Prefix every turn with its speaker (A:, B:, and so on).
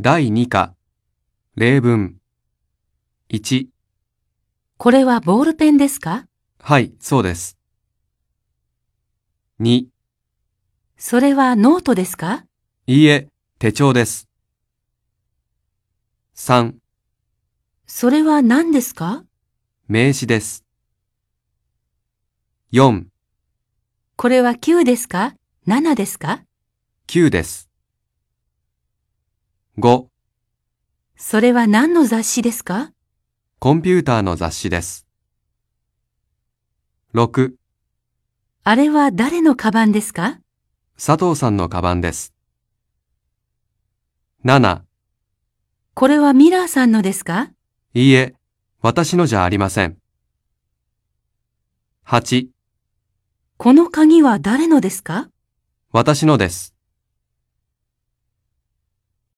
A: 第2課、例文。1、
B: これはボールペンですか
A: はい、そうです。2、い
B: それはノートですか
A: いえ、手帳です。3、
B: それは何ですか
A: 名詞です。4、
B: これは9ですか ?7 ですか
A: 9です。5、
B: それは何の雑誌ですか
A: コンピューターの雑誌です。6、
B: あれは誰のカバンですか
A: 佐藤さんのカバンです。7、
B: これはミラーさんのですか
A: いいえ、私のじゃありません。8、
B: この鍵は誰のですか
A: 私のです。